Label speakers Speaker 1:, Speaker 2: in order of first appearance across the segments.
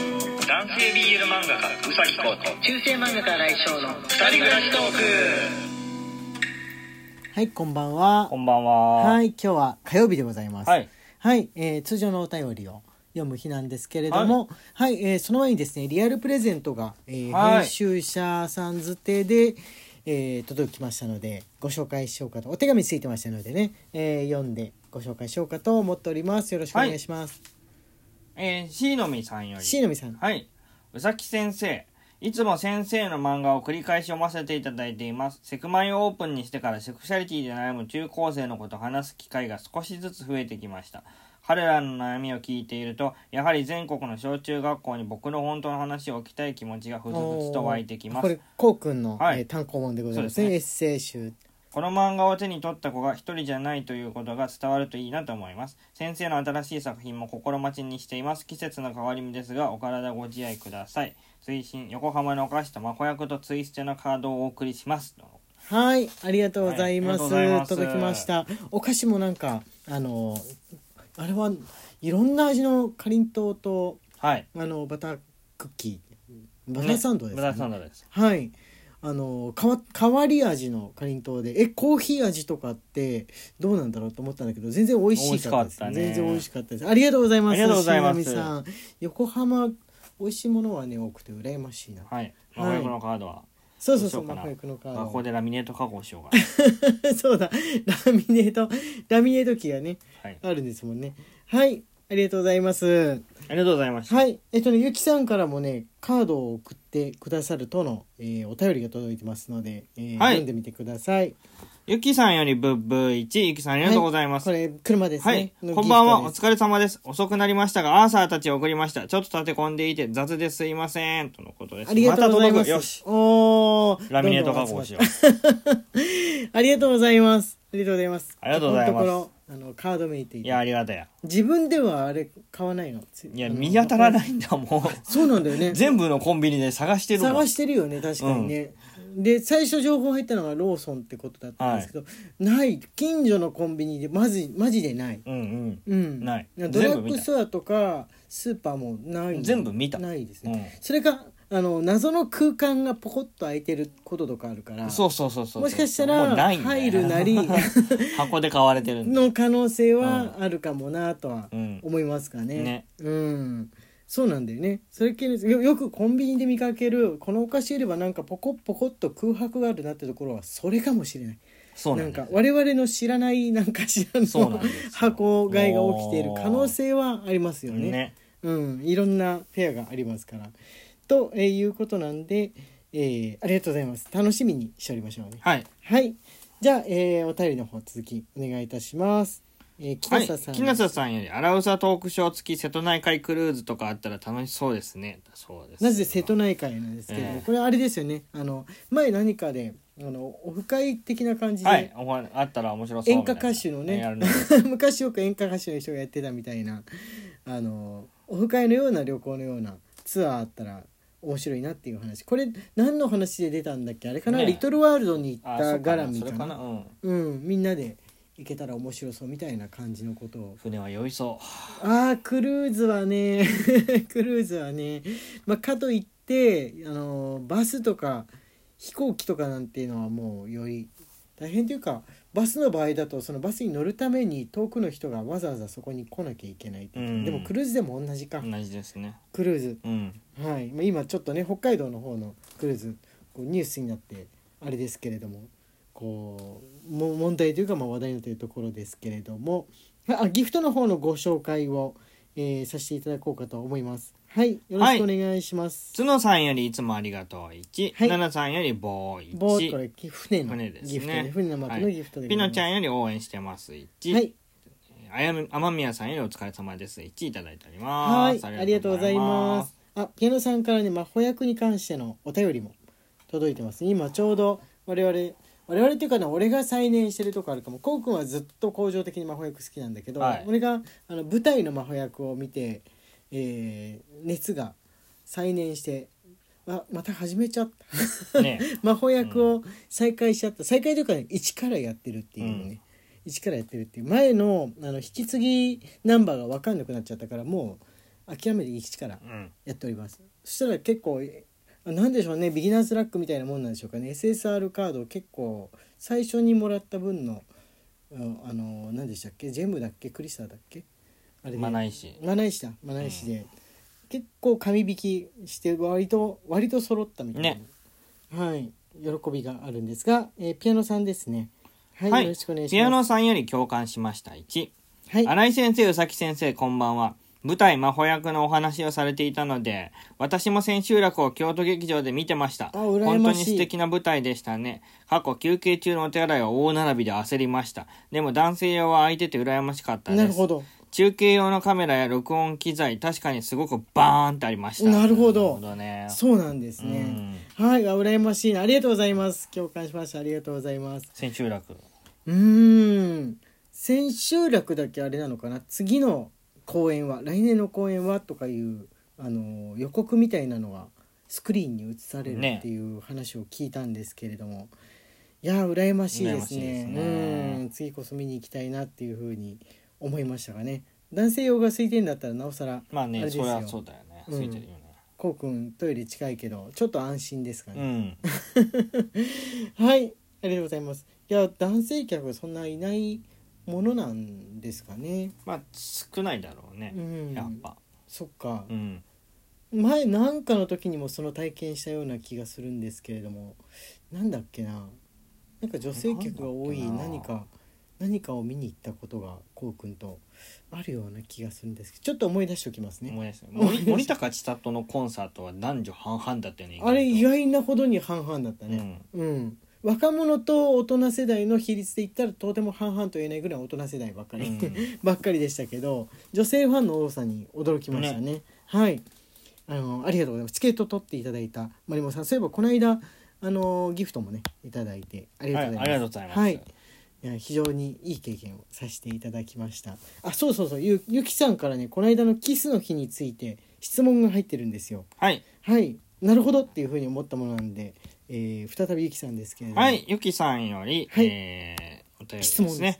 Speaker 1: 男性 BL 漫画家うさぎこうと
Speaker 2: 中世漫画家来翔の
Speaker 1: 二人暮らしトーク
Speaker 2: はいこんばんは
Speaker 3: こんばんは。
Speaker 2: は。い今日は火曜日でございます
Speaker 3: はい。
Speaker 2: はいえー通常のお便りを読む日なんですけれどもはい、えーその前にですねリアルプレゼントが、えー
Speaker 3: はい
Speaker 2: 編集者さんづてで、えー届きましたのでご紹介しようかとお手紙ついてましたのでね、えー読んでご紹介しようかと思っておりますよろしくお願いします、
Speaker 3: えー、しのみさんより。
Speaker 2: 椎名美さん
Speaker 3: はい。うさき先生。いつも先生の漫画を繰り返し読ませていただいています。セクマイをオープンにしてからセクシャリティで悩む中高生の子と話す機会が少しずつ増えてきました。彼らの悩みを聞いていると、やはり全国の小中学校に僕の本当の話を置きたい気持ちがふつふつと湧いてきま
Speaker 2: こ
Speaker 3: す。
Speaker 2: れこうくんの、
Speaker 3: はい
Speaker 2: えー単行本でございますね
Speaker 3: そう
Speaker 2: エッ
Speaker 3: で
Speaker 2: セイ集
Speaker 3: この漫画を手に取った子が一人じゃないということが伝わるといいなと思います。先生の新しい作品も心待ちにしています。季節の変わり目ですが、お体ご自愛ください。推進、横浜のお菓子とまこ役とツイステのカードをお送りします。
Speaker 2: はい、ありがとうございます。
Speaker 3: はいありがとうござ
Speaker 2: 届
Speaker 3: います
Speaker 2: きました。お菓子もなんか、あの、あれはいろんな味のかりんとうと、
Speaker 3: はい。
Speaker 2: あのバタークッキー。バターサンドです、
Speaker 3: ね。ブラサンドです。
Speaker 2: はい。あのかわ変わり味のかりんとうでえコーヒー味とかってどうなんだろうと思ったんだけど全然美味しかったです
Speaker 3: 美味しかったね
Speaker 2: 全然美味しかったですありがとうございます
Speaker 3: ありがとうございます
Speaker 2: 椎名美さん横浜美味しいものはね多くて羨ましいな、
Speaker 3: はい。まこ役のカードは、
Speaker 2: そうそうそう
Speaker 3: どうしようかな
Speaker 2: マコ役のカード
Speaker 3: 学校でラミネート加工しようか な。
Speaker 2: そうだ、ラミネート、ラミネート機がね、
Speaker 3: はい。
Speaker 2: あるんですもんね。はい、ありがとうございます。
Speaker 3: ありがとうございました。
Speaker 2: はい、えっとね、ゆきさんからもね、カードを送ってくださるとの、えーお便りが届いてますので、えー
Speaker 3: はい
Speaker 2: 読んでみてください。
Speaker 3: ゆきさんよりブッブー1、ゆきさんありがとうございます。
Speaker 2: これ、車です
Speaker 3: はい
Speaker 2: ね。。の
Speaker 3: こんばんは。
Speaker 2: ギ
Speaker 3: お
Speaker 2: フト
Speaker 3: 疲れ様です。遅くなりましたが、アーサーたちを送りました。ちょっと立て込んでいて、雑ですいません。とのことで。
Speaker 2: ですすありがとうございま
Speaker 3: た届くよ
Speaker 2: す
Speaker 3: し。。
Speaker 2: おー
Speaker 3: ラミネート加工しよ
Speaker 2: どんどん集
Speaker 3: う。
Speaker 2: まってありがとうございます。ありがとうございます。
Speaker 3: ありがとうございます
Speaker 2: ここのところ、あの、カードめいてい
Speaker 3: い
Speaker 2: て
Speaker 3: や、ありがたや。
Speaker 2: 自分ではあれ買わないの。。
Speaker 3: いや、見当たらないいんだもん。
Speaker 2: そうなんだよね。
Speaker 3: 全部のコンビニで探してるもん。
Speaker 2: 探してるよね確かにね、で最初情報入ったのがローソンってことだったんですけど、ない近所のコンビニでまずマジでない、
Speaker 3: うん
Speaker 2: うん、
Speaker 3: ない
Speaker 2: ドラッグストアとかスーパーもな
Speaker 3: う
Speaker 2: い
Speaker 3: ん。全部見た。
Speaker 2: ないです
Speaker 3: う
Speaker 2: ね、
Speaker 3: ん
Speaker 2: それかあの謎の空間がポコッと空いてることとかあるから
Speaker 3: そうそうそうそう。
Speaker 2: もしかした
Speaker 3: も
Speaker 2: ら
Speaker 3: うないんだ
Speaker 2: 入
Speaker 3: よ
Speaker 2: るなり
Speaker 3: 箱で買われてるんだ。
Speaker 2: の可能性はあるかもなとは
Speaker 3: うん。
Speaker 2: 思いますかね。
Speaker 3: ね
Speaker 2: うん。そうなんだよね。それ系ですよ。よくコンビニで見かける、このお菓子売ればなんかポコッポコッと空白があるなってところは、それかもしれない。
Speaker 3: そうな
Speaker 2: なん
Speaker 3: んだ
Speaker 2: か
Speaker 3: よ。
Speaker 2: 我々の知らないなんか知らん
Speaker 3: そうな
Speaker 2: の
Speaker 3: んですよ
Speaker 2: 箱買いが起きている可能性はありますよね。
Speaker 3: ね。
Speaker 2: うん。いろんなフェアがありますから。と、えーいうことなんで、えーありがとうございます。楽しみにしておりましょうね。
Speaker 3: はい。
Speaker 2: はい。じゃあ、えーお便りの方続きお願いいたします。えー、木
Speaker 3: はい
Speaker 2: 下さん。
Speaker 3: 木下さんより、アラウサトークショー付き瀬戸内海クルーズとかあったら楽しそうですね。そうです。
Speaker 2: なぜ瀬戸内海なんですけれども、
Speaker 3: ええ
Speaker 2: これあれですよねあの前何かであのオフ会的な感じで、
Speaker 3: はい、お話あったら面白そうみたいな。
Speaker 2: 演歌歌手のね
Speaker 3: やるね
Speaker 2: 昔よく演歌歌手の人がやってたみたいなあのオフ会のような旅行のようなツアーあったら面白いなっていう話これ何の話で出たんだっけあれかな、
Speaker 3: ねえ
Speaker 2: リトルワールドに行
Speaker 3: あ
Speaker 2: っ
Speaker 3: そ
Speaker 2: た
Speaker 3: うか
Speaker 2: ガラ
Speaker 3: な
Speaker 2: み
Speaker 3: そ
Speaker 2: た
Speaker 3: れ
Speaker 2: い
Speaker 3: か
Speaker 2: な
Speaker 3: な、うん。
Speaker 2: うん、みんなで行けたら面白そうみたいな感じのことを
Speaker 3: 船は酔いそ
Speaker 2: あークルーズはね クルーズはね、まあ、かといってあのバスとか飛行機とかなんていうのはもうより大変というかバスの場合だとそのバスに乗るために遠くの人がわざわざそこに来なきゃいけないっていう
Speaker 3: うん
Speaker 2: でもクルーズでも同じか、
Speaker 3: う。同じですね。
Speaker 2: クルーズ
Speaker 3: うん。
Speaker 2: はい、まあ、今ちょっとね北海道の方のクルーズこうニュースになってあれですけれどもこうも問題というかまあ話題になっているところですけれどもあギフトの方のご紹介を、えーさせていただこうかと思いますはいよろしくお願いします、
Speaker 3: 角さんよりいつもありがとう1、
Speaker 2: はい
Speaker 3: 奈々さんより棒1、
Speaker 2: ボーこれ船の
Speaker 3: 船
Speaker 2: ギフトで
Speaker 3: ですね
Speaker 2: 船のマークのギフトで
Speaker 3: ピ
Speaker 2: ございま
Speaker 3: ノ
Speaker 2: す
Speaker 3: ちゃんより応援してます1、
Speaker 2: はい
Speaker 3: あやみ雨宮さんよりお疲れ様です1いただいておりま
Speaker 2: はい
Speaker 3: す。
Speaker 2: ありがとうございます。あ、ピアノさんからね、まあ、翻訳に関してのお便りも届いてます。今ちょうど我々我々っていうかね、俺が再燃してるとこあるかも。こうくんはずっと向上的に魔法役好きなんだけど、
Speaker 3: はい
Speaker 2: 俺があの舞台の魔法役を見て、えー熱が再燃して、あまた始めちゃった。
Speaker 3: ね。
Speaker 2: 魔法役を再開しちゃった、再開というか、ね、一からやってるっていうね、一からやってるっていう前のあの引き継ぎナンバーが分かんなくなっちゃったからもう諦めて一から
Speaker 3: うん
Speaker 2: やっておりますそしたら結構えなんでしょうねビギナーズラックみたいなもんなんでしょうかね SSR カードを結構最初にもらった分の、うん、あの何でしたっけジェムだっけクリスターだっけあれで
Speaker 3: まあないし
Speaker 2: まな石だまな石で、結構紙引きして割と割と揃ったみたいな、
Speaker 3: ね
Speaker 2: はい喜びがあるんですが、えーピアノさんですねはい、
Speaker 3: はい
Speaker 2: よろしくお願いします
Speaker 3: ピアノさんより共感しました1
Speaker 2: はい
Speaker 3: 新井先生宇崎先生こんばんは舞台魔法役のお話をされていたので私も千秋楽を京都劇場で見てました
Speaker 2: 羨ましい
Speaker 3: 本当に素敵な舞台でしたね過去休憩中のお手洗いは大並びで焦りましたでも男性用は空いてて羨ましかったです
Speaker 2: なるほど
Speaker 3: 中継用のカメラや録音機材確かにすごくバーンってありました
Speaker 2: なるほど
Speaker 3: なるほどね
Speaker 2: そうなんです
Speaker 3: う
Speaker 2: ね、
Speaker 3: ん
Speaker 2: はいあ羨ましいなありがとうございます共感しましたありがとうございます
Speaker 3: 千秋楽
Speaker 2: うーん千秋楽だけあれなのかな次の公演は来年の公演はとかいうあの予告みたいなのがスクリーンに映される
Speaker 3: ね
Speaker 2: っていう話を聞いたんですけれども、いやー羨ましいですね
Speaker 3: 羨ましいですね
Speaker 2: うん次こそ見に行きたいなっていうふうに思いましたがね男性用が空いてんだったらなおさら
Speaker 3: まあ
Speaker 2: あ
Speaker 3: ね
Speaker 2: れです
Speaker 3: そ
Speaker 2: よ
Speaker 3: りゃそうだよね
Speaker 2: うん
Speaker 3: ついてるよね
Speaker 2: こうくんトイレ近いけどちょっと安心ですか
Speaker 3: う
Speaker 2: ね、
Speaker 3: ん
Speaker 2: はいありがとうございますいや男性客そんないないものなんですかね
Speaker 3: まあ少ないだろうね
Speaker 2: うん
Speaker 3: やっぱ
Speaker 2: そっか
Speaker 3: う、ん
Speaker 2: 前なんかの時にもその体験したような気がするんですけれどもなんだっけななんか女性客が多い
Speaker 3: なんだっけな
Speaker 2: 何か何かを見に行ったことがこうくんとあるような気がするんですけどちょっと思い出しておきますね
Speaker 3: 思い出した森森高千里のコンサートは男女半々だったよね
Speaker 2: あれ意
Speaker 3: 外
Speaker 2: 外なほどに半々だった
Speaker 3: と
Speaker 2: ねうん、若者と大人世代の比率で言ったらとても半々と言えないぐらい大人世代ばっか
Speaker 3: うん
Speaker 2: り、
Speaker 3: うん
Speaker 2: ばっかりでしたけど女性ファンの多さに驚きましたねはいあのありがとうございますチケット取っていただいたマリモさんそういえばこの間あのギフトもねいただいてありが
Speaker 3: は
Speaker 2: とう
Speaker 3: い
Speaker 2: ご
Speaker 3: あり
Speaker 2: ざ
Speaker 3: が
Speaker 2: います
Speaker 3: とうございます
Speaker 2: はいいや非常にいい経験をさせていただきましたあそうそうそうゆゆきさんからねこの間のキスの日について質問が入ってるんですよ
Speaker 3: はい
Speaker 2: はいなるほどっていうふうに思ったものなんで、えー再びゆきさんですけれども
Speaker 3: はい、ゆきさんより、
Speaker 2: はい
Speaker 3: えーお便りです
Speaker 2: 質問で
Speaker 3: ね。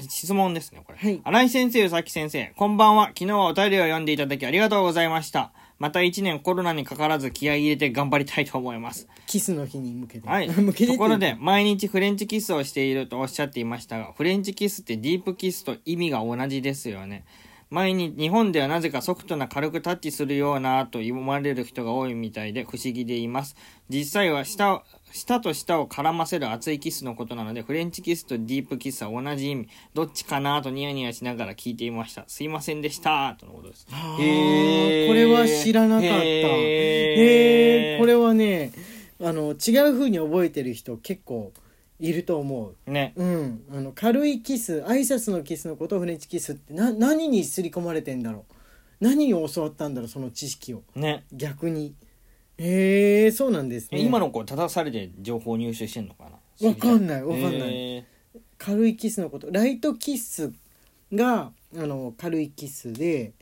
Speaker 3: 質問ですね、これ。
Speaker 2: はい
Speaker 3: 新井先生、宇崎先生、こんばんは。昨日はお便りを読んでいただきありがとうございました。また一年コロナにかからず気合い入れて頑張りたいと思います。
Speaker 2: キスの日に向けて、
Speaker 3: はい。
Speaker 2: 向けてっていう
Speaker 3: ところで、毎日フレンチキスをしているとおっしゃっていましたが、フレンチキスってディープキスと意味が同じですよね。前に日本ではなぜかソフトな軽くタッチするようなと思われる人が多いみたいで不思議でいます。実際は舌を舌と舌を絡ませる熱いキスのことなので、フレンチキスとディープキスは同じ意味。どっちかなとニヤニヤしながら聞いていました。すいませんでした。とのことです。
Speaker 2: あー
Speaker 3: へー
Speaker 2: これは知らなかった
Speaker 3: へー
Speaker 2: へえこれはねあの違う風に覚えてる人結構いると思う
Speaker 3: ね。
Speaker 2: うんあの軽いキス挨拶のキスのことをフレンチキスってな何にすり込まれてんだろう何に教わったんだろうその知識を
Speaker 3: ね。
Speaker 2: 逆にへえそうなんですね
Speaker 3: 今の子正されて情報を入手してんのかな
Speaker 2: わかんないわかんない
Speaker 3: へー
Speaker 2: 軽いキスのことライトキスがあの軽いキスで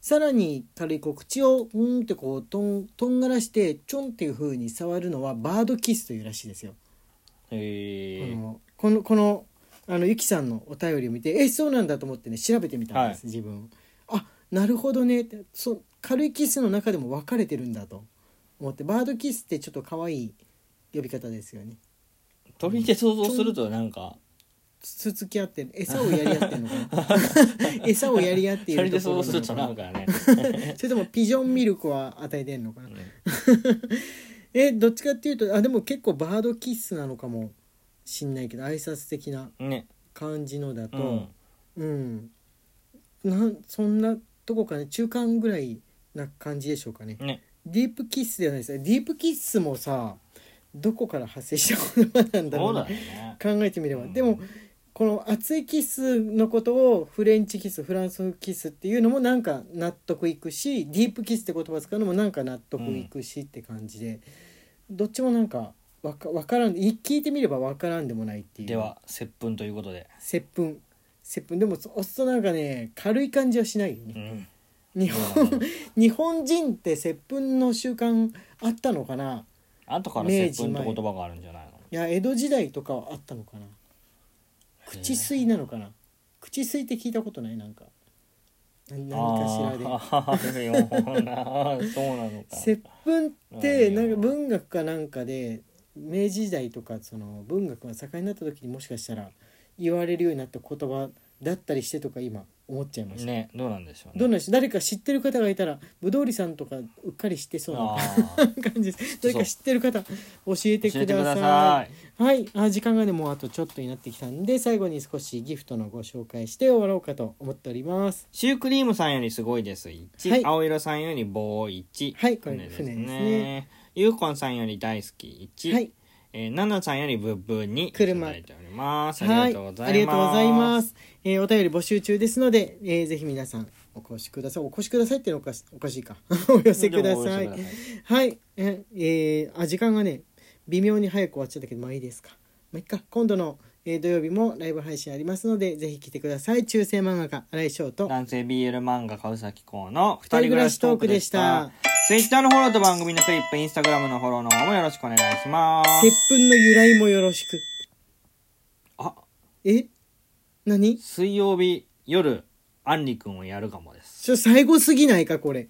Speaker 2: さらに軽いこう口をうんってこうとんとんがらしてちょんっていう風に触るのはバードキスというらしいですよ。
Speaker 3: へ
Speaker 2: あ
Speaker 3: ー
Speaker 2: のこのこのあのゆきさんのお便りを見てえそうなんだと思ってね調べてみたんです、自分あなるほどねってそう軽いキスの中でも分かれてるんだと思ってバードキスってちょっと可愛い呼び方ですよね
Speaker 3: 鳥で想像するとなんか
Speaker 2: つつき合ってる餌をやり合ってるのかな 餌をやり合ってい
Speaker 3: 鳥
Speaker 2: る
Speaker 3: で
Speaker 2: と
Speaker 3: 想
Speaker 2: こ
Speaker 3: 像
Speaker 2: ろ
Speaker 3: す
Speaker 2: な
Speaker 3: る
Speaker 2: のか
Speaker 3: とな
Speaker 2: なん
Speaker 3: か ね
Speaker 2: それともピジョンミルクは与えてんのかな えどっちかっていうとあでも結構バードキッスなのかもしんないけど挨拶的な
Speaker 3: ね
Speaker 2: 感じのだ
Speaker 3: う
Speaker 2: と
Speaker 3: ん
Speaker 2: うん、なんそんなとこかね中間ぐらいな感じでしょうかね
Speaker 3: ね
Speaker 2: ディープキッスではないですねディープキッスもさどこから発生した言葉なんだろ
Speaker 3: そううだ
Speaker 2: な
Speaker 3: よね
Speaker 2: 考えてみれば、
Speaker 3: うん
Speaker 2: でもこの熱いキスのことをフレンチキスフランスキスっていうのもなんか納得いくしディープキスって言葉使うのもなんか納得いくしって感じで、どっちもなんかわかわからんい聞いてみればわからんでもないっていう
Speaker 3: では接吻ということで
Speaker 2: 接吻接吻でもそおっそなんかね軽い感じはしないよね
Speaker 3: う、ん
Speaker 2: 日本 日本人って接吻の習慣あったのかな
Speaker 3: 後から接吻って言葉があるんじゃないの
Speaker 2: いや江戸時代とかはあったのかな口吸いなのかな口吸いって聞いたことないなんか何何かしらで
Speaker 3: あーようなそうなのか
Speaker 2: 接吻って
Speaker 3: うん
Speaker 2: なんか文学かなんかで明治時代とかその文学が盛んになった時にもしかしたら言われるようになった言葉だったりしてとか今思っちゃいました、
Speaker 3: ねどうなんでしょうね
Speaker 2: どんな人誰か知ってる方がいたらぶどうりさんとかうっかりしてそう
Speaker 3: あ
Speaker 2: な
Speaker 3: ー
Speaker 2: 感じです誰か知ってる方教えて
Speaker 3: 教え
Speaker 2: く
Speaker 3: てく
Speaker 2: だ
Speaker 3: だ
Speaker 2: さ
Speaker 3: さ
Speaker 2: い
Speaker 3: い
Speaker 2: はいあ時間がねもうあとちょっとになってきたんで最後に少しギフトのご紹介して終わろうかと思っております
Speaker 3: シュークリームさんよりすごいです1、
Speaker 2: はい
Speaker 3: 青色さんより棒1、
Speaker 2: はいこれ船ですね
Speaker 3: ゆうこんさんより大好き1、
Speaker 2: はい
Speaker 3: えー、ななさんよりブッブーに
Speaker 2: 車
Speaker 3: いただいております
Speaker 2: は
Speaker 3: あ
Speaker 2: い
Speaker 3: りがとうございます、
Speaker 2: ありがとうございます。えーお便り募集中ですので、えーぜひ皆さんお越しください。お越しくださいってのおかしおかしいか。 お寄せください
Speaker 3: でもお寄せくだ。
Speaker 2: はい。えーあ時間がね微妙に早く終わっちゃったけどまあいいですか。まあいっか。今度の、えー土曜日もライブ配信ありますのでぜひ来てください。中世漫画家新井翔と
Speaker 3: 男性 BL 漫画川崎公の二
Speaker 2: 人
Speaker 3: 人
Speaker 2: 暮
Speaker 3: 暮
Speaker 2: ら
Speaker 3: ら
Speaker 2: し
Speaker 3: し
Speaker 2: ト
Speaker 3: ト
Speaker 2: ー
Speaker 3: ー
Speaker 2: ク
Speaker 3: ク
Speaker 2: で
Speaker 3: で
Speaker 2: し
Speaker 3: したた Twitter のフォローと番組のクリップ Instagram のフォローの方もよろしくお願いします
Speaker 2: 接吻の由来もよろしく。
Speaker 3: あ
Speaker 2: え？何？
Speaker 3: 水曜日夜あんりくんをやるかもです
Speaker 2: ちょ最後すぎないかこれ。